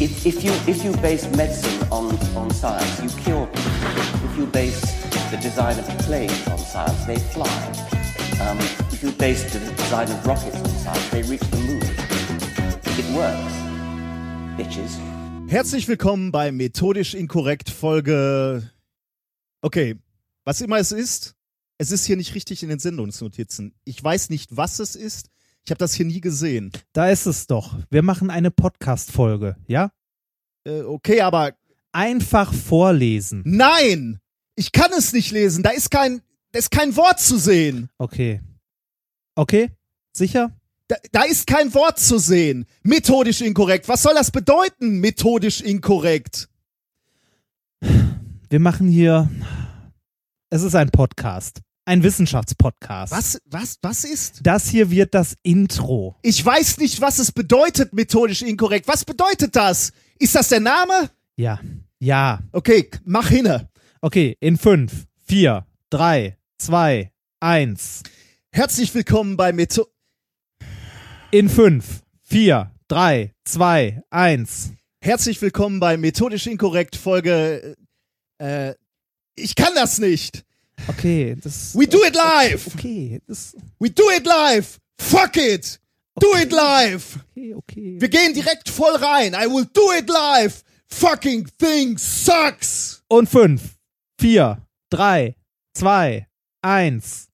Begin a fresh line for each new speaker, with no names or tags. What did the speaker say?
if you if you base medicine on, on science, you cure people. If you base the design of planes on science, they fly. Um, if you base the design of rockets on science, they reach the moon. It works, bitches.
Herzlich willkommen bei Methodisch Inkorrekt Folge. Okay, was immer es ist, es ist hier nicht richtig in den Sendungsnotizen. Ich weiß nicht, was es ist. Ich habe das hier nie gesehen.
Da ist es doch. Wir machen eine Podcast-Folge, ja?
Äh, okay, aber
Einfach vorlesen.
nein! Ich kann es nicht lesen. Da ist kein, da ist kein Wort zu sehen.
Okay. Okay? Sicher?
Da, da ist kein Wort zu sehen. Methodisch inkorrekt. Was soll das bedeuten, methodisch inkorrekt?
Wir machen hier. Es ist ein Podcast. Ein Wissenschaftspodcast.
Was, was, was ist?
Das hier wird das Intro.
Ich weiß nicht, was es bedeutet, methodisch inkorrekt. Was bedeutet das? Ist das der Name?
Ja. Ja.
Okay, k- mach hinne.
Okay, in fünf, vier, drei, zwei, eins.
Herzlich willkommen bei Metho
In fünf, vier, drei, zwei, eins.
Herzlich willkommen bei Methodisch Inkorrekt Folge. Äh, ich kann das nicht.
Okay, das.
We do it live.
Okay, das.
We do it live. Fuck it. Do it live.
Okay, okay.
Wir gehen direkt voll rein. I will do it live. Fucking thing sucks.
Und fünf, vier, drei, zwei, eins.